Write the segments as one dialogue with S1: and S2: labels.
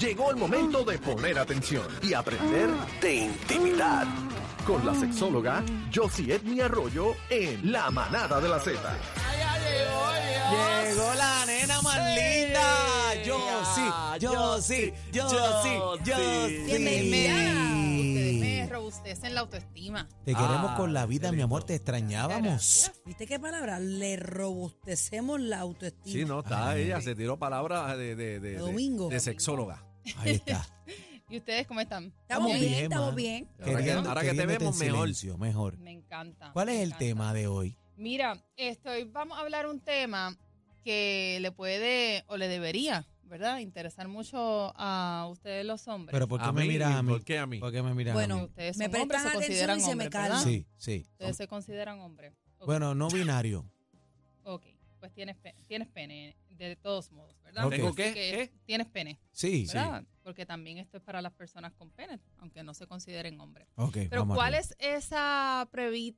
S1: Llegó el momento de poner atención y aprender de intimidad. Con la sexóloga Josie Edmi Arroyo en La Manada de la Z.
S2: Llegó la nena más linda. Yo
S3: Ah,
S2: sí, yo sí, yo sí, yo sí.
S4: Bienvenida. Ustedes me robustecen la autoestima.
S2: Te queremos con
S3: Ah,
S2: la vida, mi amor, te extrañábamos.
S5: ¿Viste qué palabra? Le robustecemos la autoestima.
S3: Sí, no, está ella, se tiró palabras de, de, de, de-
S5: Domingo.
S3: de sexóloga.
S2: Ahí está.
S4: ¿Y ustedes cómo están?
S5: Estamos
S2: Estamos
S5: bien,
S2: bien,
S5: estamos
S2: ma.
S5: bien.
S3: Ahora que- ahora que te
S2: queriéndote
S3: vemos
S2: en
S3: mejor.
S2: silencio, mejor.
S4: Me encanta.
S2: ¿Cuál es
S4: me
S2: el
S4: encanta.
S2: tema de hoy?
S4: Mira, este, hoy vamos a hablar un tema que le puede o le debería, ¿verdad? Interesar mucho a ustedes los hombres.
S2: Pero ¿por qué
S3: ¿A
S2: me
S3: mí?
S2: miras a mí?
S3: ¿Por qué a mí?
S2: ¿Por qué me miras a
S5: Bueno,
S2: mí?
S4: Ustedes
S5: me
S4: son hombres,
S5: prestan
S4: se
S5: atención
S4: consideran
S5: y se me
S4: hombres, ¿verdad?
S5: calma.
S2: Sí, sí.
S4: Ustedes se consideran hombres. Ok,
S2: Bueno, no binario.
S4: Ok, pues tienes, pe- tienes pene, de todos modos, ¿verdad?
S2: Ok.
S3: ¿Tengo
S4: Así
S3: qué?
S4: que
S3: ¿Qué?
S4: Tienes pene,
S2: Sí, sí.
S4: ¿verdad? Porque también esto es para las personas con pene, aunque no se consideren hombres.
S2: Ok,
S4: Pero
S2: vamos
S4: ¿cuál
S2: arriba.
S4: es esa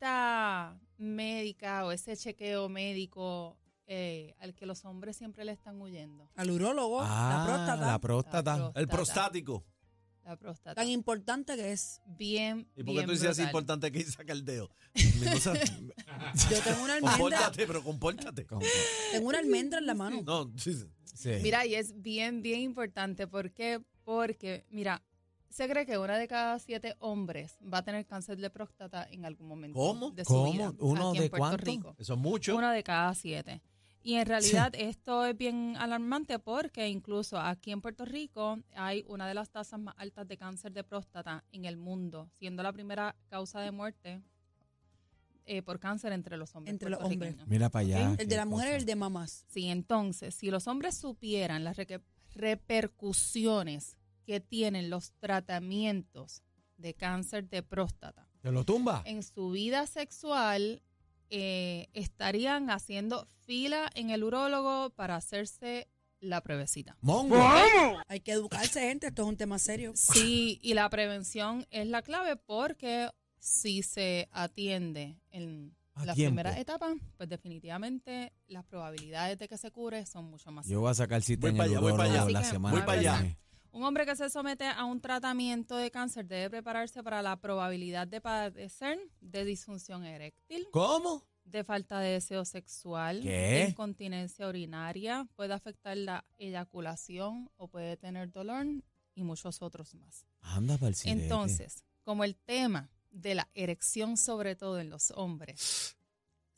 S4: previta médica o ese chequeo médico eh, al que los hombres siempre le están huyendo?
S5: Al urólogo,
S2: Ah,
S5: la próstata,
S2: La próstata.
S4: La
S3: El prostático.
S4: La próstata.
S5: tan importante que es.
S4: Bien,
S3: ¿Y por qué
S4: bien
S3: tú dices así
S4: brutal.
S3: importante que saca el dedo? Mi cosa-
S5: Yo tengo una almendra,
S3: compórtate, pero compórtate.
S5: tengo una almendra en la mano.
S3: No, sí,
S2: Sí.
S4: Mira, y es bien, bien importante. ¿Por qué? Porque, mira, se cree que una de cada siete hombres va a tener cáncer de próstata en algún momento
S3: ¿Cómo?
S4: de su
S2: ¿Cómo?
S4: vida.
S2: ¿Uno
S4: aquí en
S2: de
S4: Puerto
S2: cuánto?
S4: Rico.
S3: eso es mucho.
S4: Una de cada siete. Y en realidad esto es bien alarmante porque incluso aquí en Puerto Rico hay una de las tasas más altas de cáncer de próstata en el mundo, siendo la primera causa de muerte eh, por cáncer entre los hombres.
S5: Entre los hombres.
S4: puertorriqueños.
S2: Mira para
S3: Ah,
S2: allá.
S5: El
S2: qué
S5: de la mujer
S2: cosa.
S5: es el de mamás.
S4: Sí, entonces, si los hombres supieran las reque- repercusiones que tienen los tratamientos de cáncer de próstata
S2: ¿Te lo tumba?
S4: en su vida sexual, eh, estarían haciendo fila en el urólogo para hacerse la prevecita.
S2: ¡Mongo!
S5: Hay que educarse, gente. Esto es un tema serio.
S4: Sí, y la prevención es la clave porque si se atiende en
S2: A
S4: las
S2: tiempo.
S4: primeras etapas, pues definitivamente las probabilidades de que se cure son mucho más
S2: Yo voy a sacar cita
S3: Voy
S2: en
S3: pa'
S2: el
S3: allá, voy pa'
S2: urólogo
S4: allá.
S2: la
S4: Así que
S2: semana
S4: voy pa'
S2: que
S4: allá.
S2: viene.
S4: Un hombre que se somete a un tratamiento de cáncer debe prepararse para la probabilidad de padecer de disfunción eréctil,
S2: ¿Cómo?
S4: de falta de deseo sexual,
S2: ¿Qué?
S4: de incontinencia urinaria, puede afectar la eyaculación o puede tener dolor y muchos otros más.
S2: Anda para el siguiente.
S4: Entonces, como el tema de la erección sobre todo en los hombres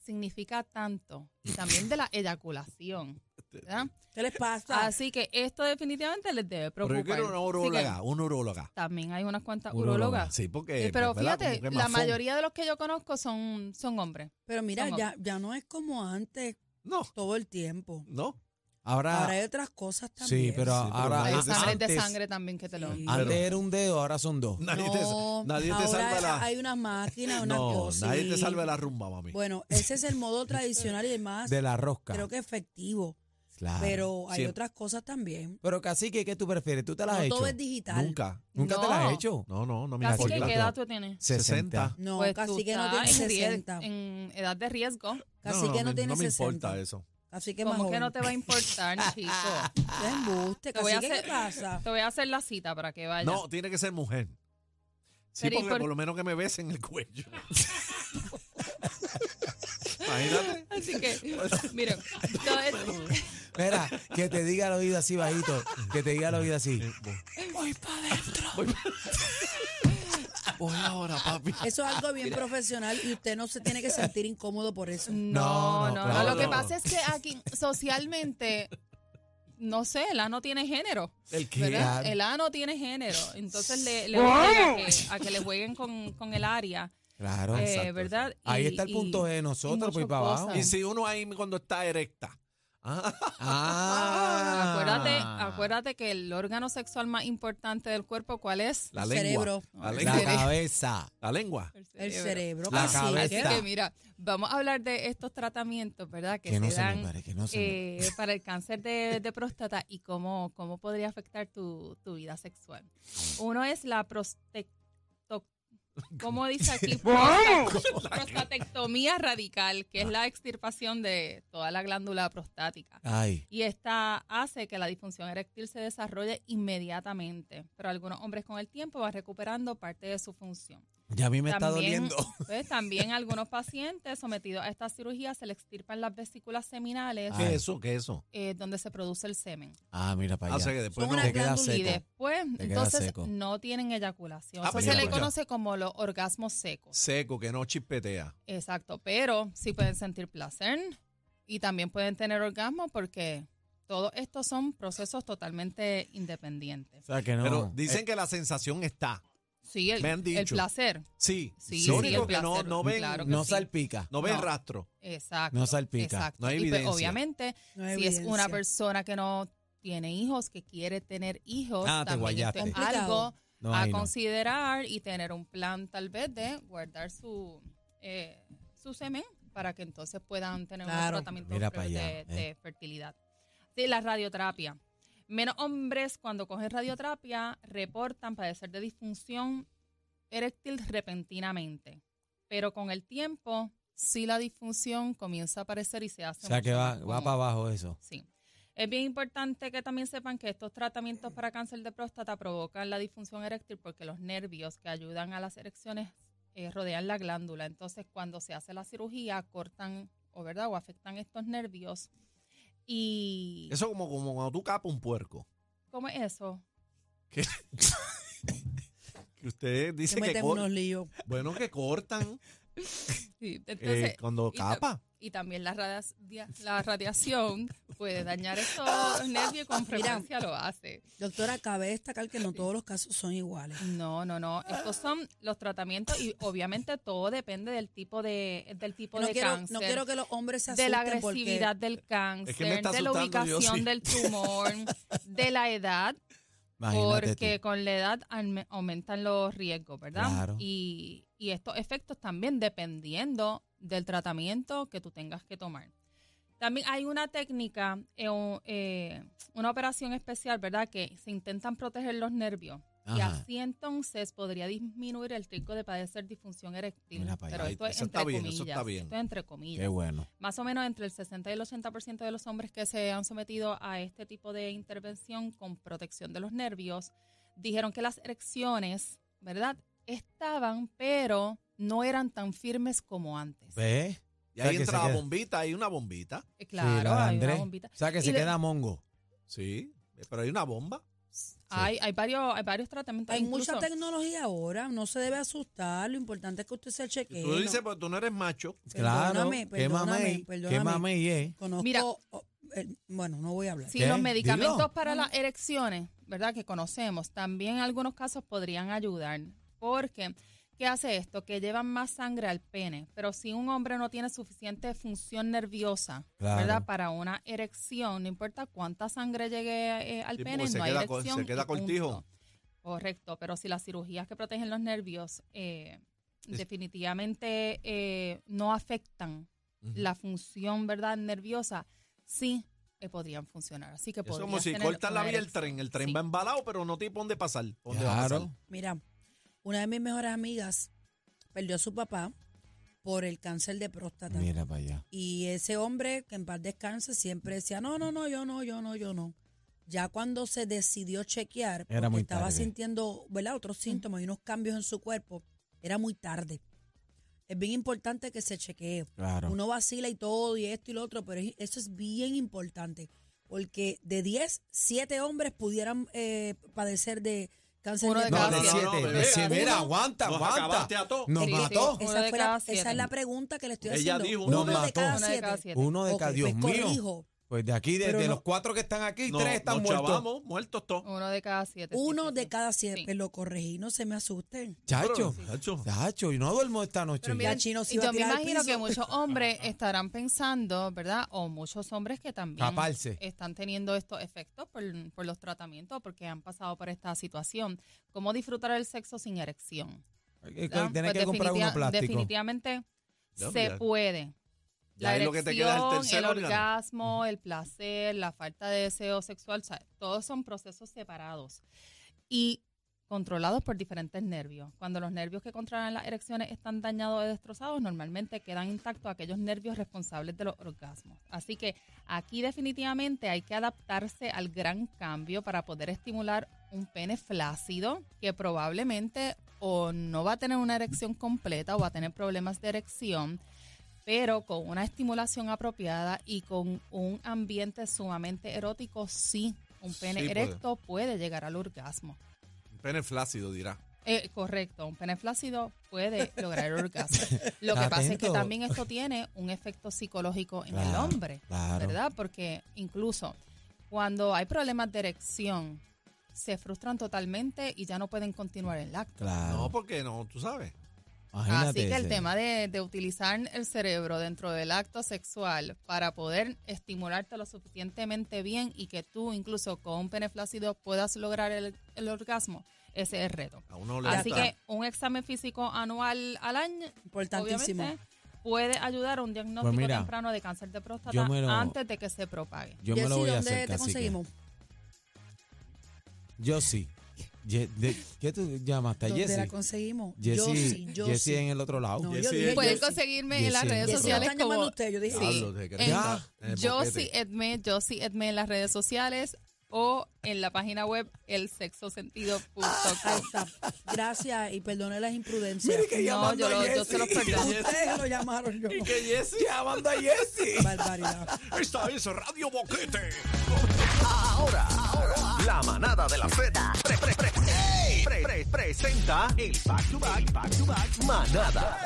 S4: significa tanto y también de la eyaculación, ¿verdad?
S5: ¿Qué les pasa?
S4: Así que esto definitivamente les debe
S3: Pero
S4: preocupar.
S3: yo quiero una
S4: Así que-
S3: uróloga, una uróloga.
S4: también hay unas cuantas
S2: Uróloga.
S4: urólogas.
S3: Sí, porque.
S4: Eh, pero
S3: ¿verdad?
S4: fíjate,
S3: Como que
S4: la
S3: más son.
S4: mayoría de los que yo conozco son, son hombres.
S5: Pero mira,
S4: Somos-
S5: ya, ya no es como antes
S3: No,
S5: todo el tiempo.
S3: no.
S2: Ahora,
S5: Ahora hay otras cosas también.
S2: sí, pero
S3: Ah. Sí, pero
S2: ahora
S4: Hay
S3: nadie
S2: antes,
S3: te
S4: exámenes de
S2: antes
S4: sangre también que te lo...
S5: Sí.
S3: Pero-
S2: era un dedo, ahora son dos.
S3: Nadie te,
S5: No,
S3: nadie te
S5: ahora
S3: salva la.
S5: hay unas máquinas, unas
S3: no,
S5: cosas.
S3: nadie te salva la rumba, mami.
S5: Bueno, ese es el modo tradicional y el más,
S2: De la rosca.
S5: creo que efectivo.
S2: Claro.
S5: Pero hay
S3: Siempre.
S5: otras cosas también.
S2: Pero cacique, ¿qué tú prefieres? ¿Tú te la has
S5: no
S2: hecho?
S5: todo es digital.
S3: Nunca.
S2: ¿Nunca te la has
S4: No.
S2: hecho?
S3: No, no, no me
S4: Casi que
S3: importa.
S4: ¿qué edad tú tienes?
S2: 60.
S5: No,
S4: Pues tú
S5: casi que no
S4: estás
S5: tiene
S4: en ries-
S5: 60.
S4: En edad de riesgo.
S5: Casi que no,
S3: me-
S5: tiene
S3: No me
S5: 60.
S3: importa eso.
S5: Casi que más
S4: ¿Cómo que
S5: joven.
S4: no te va a importar, chico?
S5: Ya embuste,
S4: Te voy
S5: casi
S4: a
S5: que
S4: hacer-
S5: ¿qué pasa?
S4: Te voy a hacer la cita para que vayas.
S3: No, tiene que ser mujer. Sí,
S4: Pero, ¿y
S3: porque
S4: por-
S3: por lo menos que me besen el cuello. Imagínate.
S4: Así que, miren, yo es-
S2: Mira, que te diga al oído así bajito. Que te diga al oído así.
S3: Voy ahora, papi.
S5: Eso es algo bien profesional y usted no se tiene que sentir incómodo por eso.
S4: No,
S2: No,
S4: no,
S2: no,
S4: no.
S2: claro,
S4: Lo que
S3: no.
S4: pasa es que aquí socialmente, no sé, el ano tiene género.
S2: ¿El
S4: ¿verdad? El ano tiene género. Entonces le, le obliga a que, a que le jueguen con, con el área.
S2: Claro.
S4: eh,
S2: exacto.
S4: ¿Verdad?
S2: Ahí
S4: Y-
S2: está el
S4: y-
S2: punto G de
S4: y
S2: nosotros, pues
S4: muchas
S2: para abajo.
S4: cosas.
S3: Y si uno ahí cuando está erecta, Ah,
S2: Ah.
S4: Acuérdate, acuérdate que el órgano sexual más importante del cuerpo, ¿cuál es?
S3: la
S5: El
S3: lengua.
S5: cerebro.
S3: La
S5: El
S3: lengua.
S2: La
S5: cerebro.
S2: cabeza.
S3: La lengua.
S5: El cerebro.
S2: La
S5: cacique.
S2: cabeza.
S4: Así que mira, vamos a hablar de estos tratamientos, ¿verdad? Que,
S2: Que no
S4: se
S2: se me
S4: dan
S2: pare, que no se me-
S4: eh, para el cáncer de, de próstata y cómo, cómo podría afectar tu, tu vida sexual. Uno es la prostecto... ¿Cómo dice aquí? Prosta- Prostatectomía radical, que es la extirpación de toda la glándula prostática.
S2: Ay.
S4: Y esta hace que la disfunción eréctil se desarrolle inmediatamente, pero algunos hombres con el tiempo van recuperando parte de su función.
S2: Ya a mí me está
S4: También-
S2: doliendo.
S4: pues, también algunos pacientes sometidos a esta cirugía se le extirpan las vesículas seminales
S3: ¿Qué
S2: Ay.
S3: es eso? ¿Qué es eso?
S4: eh, donde se produce el semen.
S2: Ah, mira para
S3: Ah, o sea
S2: allá.
S3: que después
S5: Son
S3: no.
S5: una
S2: Te queda
S5: glándula
S4: Y
S2: seco.
S4: después,
S2: Te queda
S4: entonces,
S2: seco.
S4: no tienen eyaculación.
S3: Ah,
S4: Eso
S3: pues
S4: se
S2: mira
S4: le
S2: para allá.
S4: conoce como los orgasmos secos.
S3: Seco, que no chispetea.
S4: Exacto, pero sí pueden sentir placer y también pueden tener orgasmo porque todos estos son procesos totalmente
S2: O
S4: independientes.
S2: sea que no.
S3: Pero dicen
S2: Eh,
S3: que la sensación está.
S4: Sí, el,
S3: Me han dicho.
S4: el placer.
S3: Sí.
S4: Sí,
S3: Lo
S4: sí,
S3: único
S4: el
S3: que no,
S4: placer,
S3: no ven,
S4: claro que
S2: no
S4: sí.
S2: salpica.
S3: no ven
S4: No.
S3: rastro.
S4: Exacto.
S2: No salpica,
S4: exacto.
S3: no hay
S4: Y, pues,
S3: evidencia.
S4: obviamente,
S5: No hay
S4: si es
S5: evidencia.
S4: una persona que no tiene hijos, que quiere tener hijos,
S2: Ah,
S4: también
S2: te
S4: esto
S2: guayaste.
S4: es
S5: Complicado.
S4: algo
S2: No,
S4: a
S2: ahí no.
S4: considerar y tener un plan tal vez de guardar su, eh, su semen para que entonces puedan tener un
S5: Claro.
S4: tratamiento
S2: Mira pa'
S4: de,
S2: allá, eh.
S4: de fertilidad. Sí, la radioterapia. Menos hombres cuando cogen radioterapia reportan padecer de disfunción eréctil repentinamente, pero con el tiempo sí la disfunción comienza a aparecer y se hace.
S2: O sea que
S4: mucho
S2: va,
S4: más
S2: va
S4: común.
S2: para abajo eso.
S4: Sí. Es bien importante que también sepan que estos tratamientos para cáncer de próstata provocan la disfunción eréctil porque los nervios que ayudan a las erecciones eh, rodean la glándula. Entonces, cuando se hace la cirugía, cortan o verdad o afectan estos nervios. Y
S3: Eso como, como cuando tú capas un puerco.
S4: ¿cómo es eso?
S3: Que ustedes
S5: Se
S3: dicen que,
S5: meten
S3: cor-
S5: unos líos.
S3: bueno, que cortan
S4: Sí,
S3: eh,
S4: entonces,
S3: cuando
S4: y ta-
S3: capa.
S4: y también la, radia- la radiación puede dañar estos nervios y con frecuencia lo hace.
S5: Doctora, cabe destacar que no todos los casos son iguales.
S4: No, no, no. Estos son los tratamientos y obviamente todo depende del tipo de del tipo
S5: No
S4: de
S5: quiero,
S4: cáncer,
S5: no quiero que los hombres se
S4: de
S5: asusten
S4: la
S5: porque
S4: agresividad del cáncer,
S3: está
S4: de la
S3: asustando,
S4: ubicación
S3: yo sí.
S4: del tumor, de la edad,
S2: Imagínate
S4: porque
S2: tú.
S4: con la edad alme- aumentan los riesgos, ¿verdad?
S2: Claro.
S4: Y, y estos efectos también dependiendo del tratamiento que tú tengas que tomar. También hay una técnica, eh, o, eh, una operación especial, ¿verdad? Que se intentan proteger los nervios. Y
S2: Ajá.
S4: así entonces podría disminuir el riesgo de padecer disfunción eréctil.
S2: Mira para allá.
S4: Pero esto es
S3: Eso
S4: entre
S3: está bien, eso
S4: comillas.
S3: está bien.
S4: Esto es entre
S2: Qué
S4: comillas.
S2: bueno.
S4: Más o menos entre el 60 y el 80% de los hombres que se han sometido a este tipo de intervención con protección de los nervios dijeron que las erecciones, ¿verdad? Estaban, pero no eran tan firmes como antes.
S2: ¿Ves?
S3: Y
S2: O sea,
S3: ahí
S2: que se
S3: entra la
S2: queda-
S3: bombita, hay una bombita.
S4: Eh,
S2: Sí, la de
S4: Claro, hay una
S2: Andrés.
S4: bombita.
S2: O sea que
S4: Y
S2: se
S4: de-
S2: queda mongo.
S3: Sí, Eh, pero hay una bomba.
S4: Hay, hay, varios, hay varios tratamientos.
S5: hay
S4: incluso-
S5: mucha tecnología ahora. No se debe asustar. Lo importante es que usted se chequee.
S3: Y tú
S5: ¿no?
S3: dices, pues tú no eres macho.
S2: Claro.
S5: Perdóname,
S2: Qué mamey.
S5: perdóname,
S2: Qué
S5: perdóname.
S2: mamey es.
S5: Conozco.
S4: Mira.
S5: oh, eh, bueno, no voy a hablar.
S4: Sí,
S2: ¿Qué?
S4: los medicamentos
S2: Dilo.
S4: para las erecciones, ¿verdad? Que conocemos, también en algunos casos podrían ayudar. Porque, ¿qué hace esto? Que llevan más sangre al pene. Pero si un hombre no tiene suficiente función nerviosa,
S2: Claro.
S4: ¿verdad? Para una erección, no importa cuánta sangre llegue eh, al
S3: Sí,
S4: pene,
S3: porque se
S4: no hay
S3: queda co- se
S4: erección.
S3: queda
S4: y punto.
S3: cortijo.
S4: Correcto, pero si las cirugías que protegen los nervios eh, definitivamente eh, no afectan la función, ¿verdad?, nerviosa, sí eh, podrían funcionar. Así que
S3: Es
S4: podrías
S3: como si
S4: tener
S3: cortan la
S4: una
S3: vía el
S4: erección.
S3: tren. El tren
S4: Sí.
S3: va embalado, pero no te pone de pasar. ¿Por dónde va a pasar?
S2: Claro.
S5: Mira, una de mis mejores amigas perdió a su papá por el cáncer de próstata.
S2: Mira para allá.
S5: Y ese hombre, que en paz descanse, siempre decía, no, no, no, yo no, yo no, yo no. Ya cuando se decidió chequear,
S2: Era
S5: porque
S2: muy
S5: estaba
S2: tarde.
S5: sintiendo ¿verdad? otros síntomas y unos cambios en su cuerpo, era muy tarde. Es bien importante que se chequee.
S2: Claro.
S5: Uno vacila y todo, y esto y lo otro, pero es- eso es bien importante. Porque de 10, 7 hombres pudieran eh, padecer de cáncer
S4: Uno de
S2: No,
S4: cada
S2: de
S4: siete.
S2: siete.
S3: No, no,
S2: de
S3: bebé,
S2: siete. Mira,
S5: uno-
S2: aguanta,
S3: Nos acabaste
S2: aguanta.
S3: a todos.
S2: Nos
S4: Sí, sí.
S2: mató.
S4: Uno
S5: Esa,
S4: de
S5: fue
S4: cada
S5: la,
S4: siete.
S5: esa es la pregunta que le estoy
S3: Ella
S5: haciendo.
S3: dijo,
S5: uno
S2: Nos
S5: de
S2: mató.
S5: cada
S4: Uno de cada
S5: siete.
S4: siete.
S2: Uno de
S5: Ok,
S2: cada. Dios
S5: pues
S2: mío.
S5: corrijo.
S2: Pues de aquí, de,
S5: Pero
S2: de
S5: no-
S2: los cuatro que están aquí,
S3: No,
S2: tres están
S3: nos
S2: muertos.
S3: chavamos, muertos todos.
S4: Uno de cada siete. sí,
S5: Uno
S4: sí,
S5: de
S4: sí.
S5: cada siete.
S4: Sí.
S5: Lo corregí, no se me asusten.
S2: Chacho,
S3: Chacho.
S2: chacho, y no duermo esta noche.
S4: Pero mira,
S5: Ya Chino se iba a
S4: yo me
S5: tirar al
S4: imagino
S5: piso.
S4: que muchos hombres estarán pensando, ¿verdad? O muchos hombres que también
S2: Taparse.
S4: están teniendo estos efectos por, por los tratamientos, porque han pasado por esta situación. ¿Cómo disfrutar el sexo sin erección?
S2: Hay que-
S4: ¿verdad?
S2: Tienes
S4: Pues
S2: que comprar uno
S4: definitiva-
S2: plástico.
S4: Definitivamente
S3: Ya,
S4: se
S3: ya.
S4: puede.
S3: Ya
S4: La
S3: es
S4: erección,
S3: lo que te queda es el tercer órgano.
S4: orgasmo, el placer, la falta de deseo sexual, o sea, todos son procesos separados y controlados por diferentes nervios. Cuando los nervios que controlan las erecciones están dañados o destrozados, normalmente quedan intactos aquellos nervios responsables de los orgasmos. Así que aquí definitivamente hay que adaptarse al gran cambio para poder estimular un pene flácido que probablemente o no va a tener una erección completa o va a tener problemas de erección pero con una estimulación apropiada y con un ambiente sumamente erótico, sí, un pene
S3: Sí puede.
S4: erecto puede. llegar al orgasmo.
S3: Un Pene flácido, dirá.
S4: Eh, correcto, un pene flácido puede lograr el orgasmo. Lo que
S2: Está
S4: pasa es que
S2: atento.
S4: también esto tiene un efecto psicológico en el
S2: Claro,
S4: hombre,
S2: claro.
S4: ¿verdad? Porque incluso cuando hay problemas de erección, se frustran totalmente y ya no pueden continuar el acto.
S3: No,
S2: Claro.
S3: porque no, tú sabes.
S2: imagínate
S4: Así que el
S2: ese.
S4: tema de, de utilizar el cerebro dentro del acto sexual para poder estimularte lo suficientemente bien y que tú incluso con un pene flácido puedas lograr el, el orgasmo, ese es el reto.
S3: A uno le
S4: Así
S3: gusta.
S4: que un examen físico anual al año,
S5: Importantísimo.
S4: obviamente, puede ayudar a un diagnóstico
S2: Pues mira,
S4: temprano de cáncer de próstata
S2: yo me lo-
S4: antes de que se propague.
S2: Yo me lo
S5: Jessy,
S2: voy a
S5: ¿dónde
S2: hacer,
S5: te
S2: cacique.
S5: conseguimos?
S2: Yo sí. Ye- de- ¿Qué tú llamaste? ¿A
S5: ¿Dónde
S2: Jessy?
S5: la conseguimos? yo sí,
S2: Jessy
S5: yo
S2: Jessy
S5: sí.
S2: en el otro lado.
S5: No,
S3: Jessy
S5: yo dije pues,
S3: es-
S4: Pueden
S5: yo sí.
S4: conseguirme en las
S2: Jessy,
S4: redes
S2: Jessy,
S5: Jessy, lo
S4: sociales
S5: están llamando
S4: como
S5: ustedes, yo dije,
S4: Sí.
S3: Diablo, te crees.
S2: Ya.
S3: En el
S4: Yo
S3: boquete.
S4: sí Edme, yo sí Edme en las redes sociales o en la página web
S5: Ahí
S4: elsexosentido.com.
S5: está. Gracias y perdone las imprudencias.
S4: No, yo, lo- yo
S3: Jessy.
S4: se los perdono.
S5: Ustedes lo llamaron yo.
S3: Y que Jessy llamando a Jessy.
S5: Barbaridad.
S1: Esta es Radio Boquete. Ahora, ahora, la manada de la Z pre- pre- pre- pre- pre- presenta el back to back, back to back, manada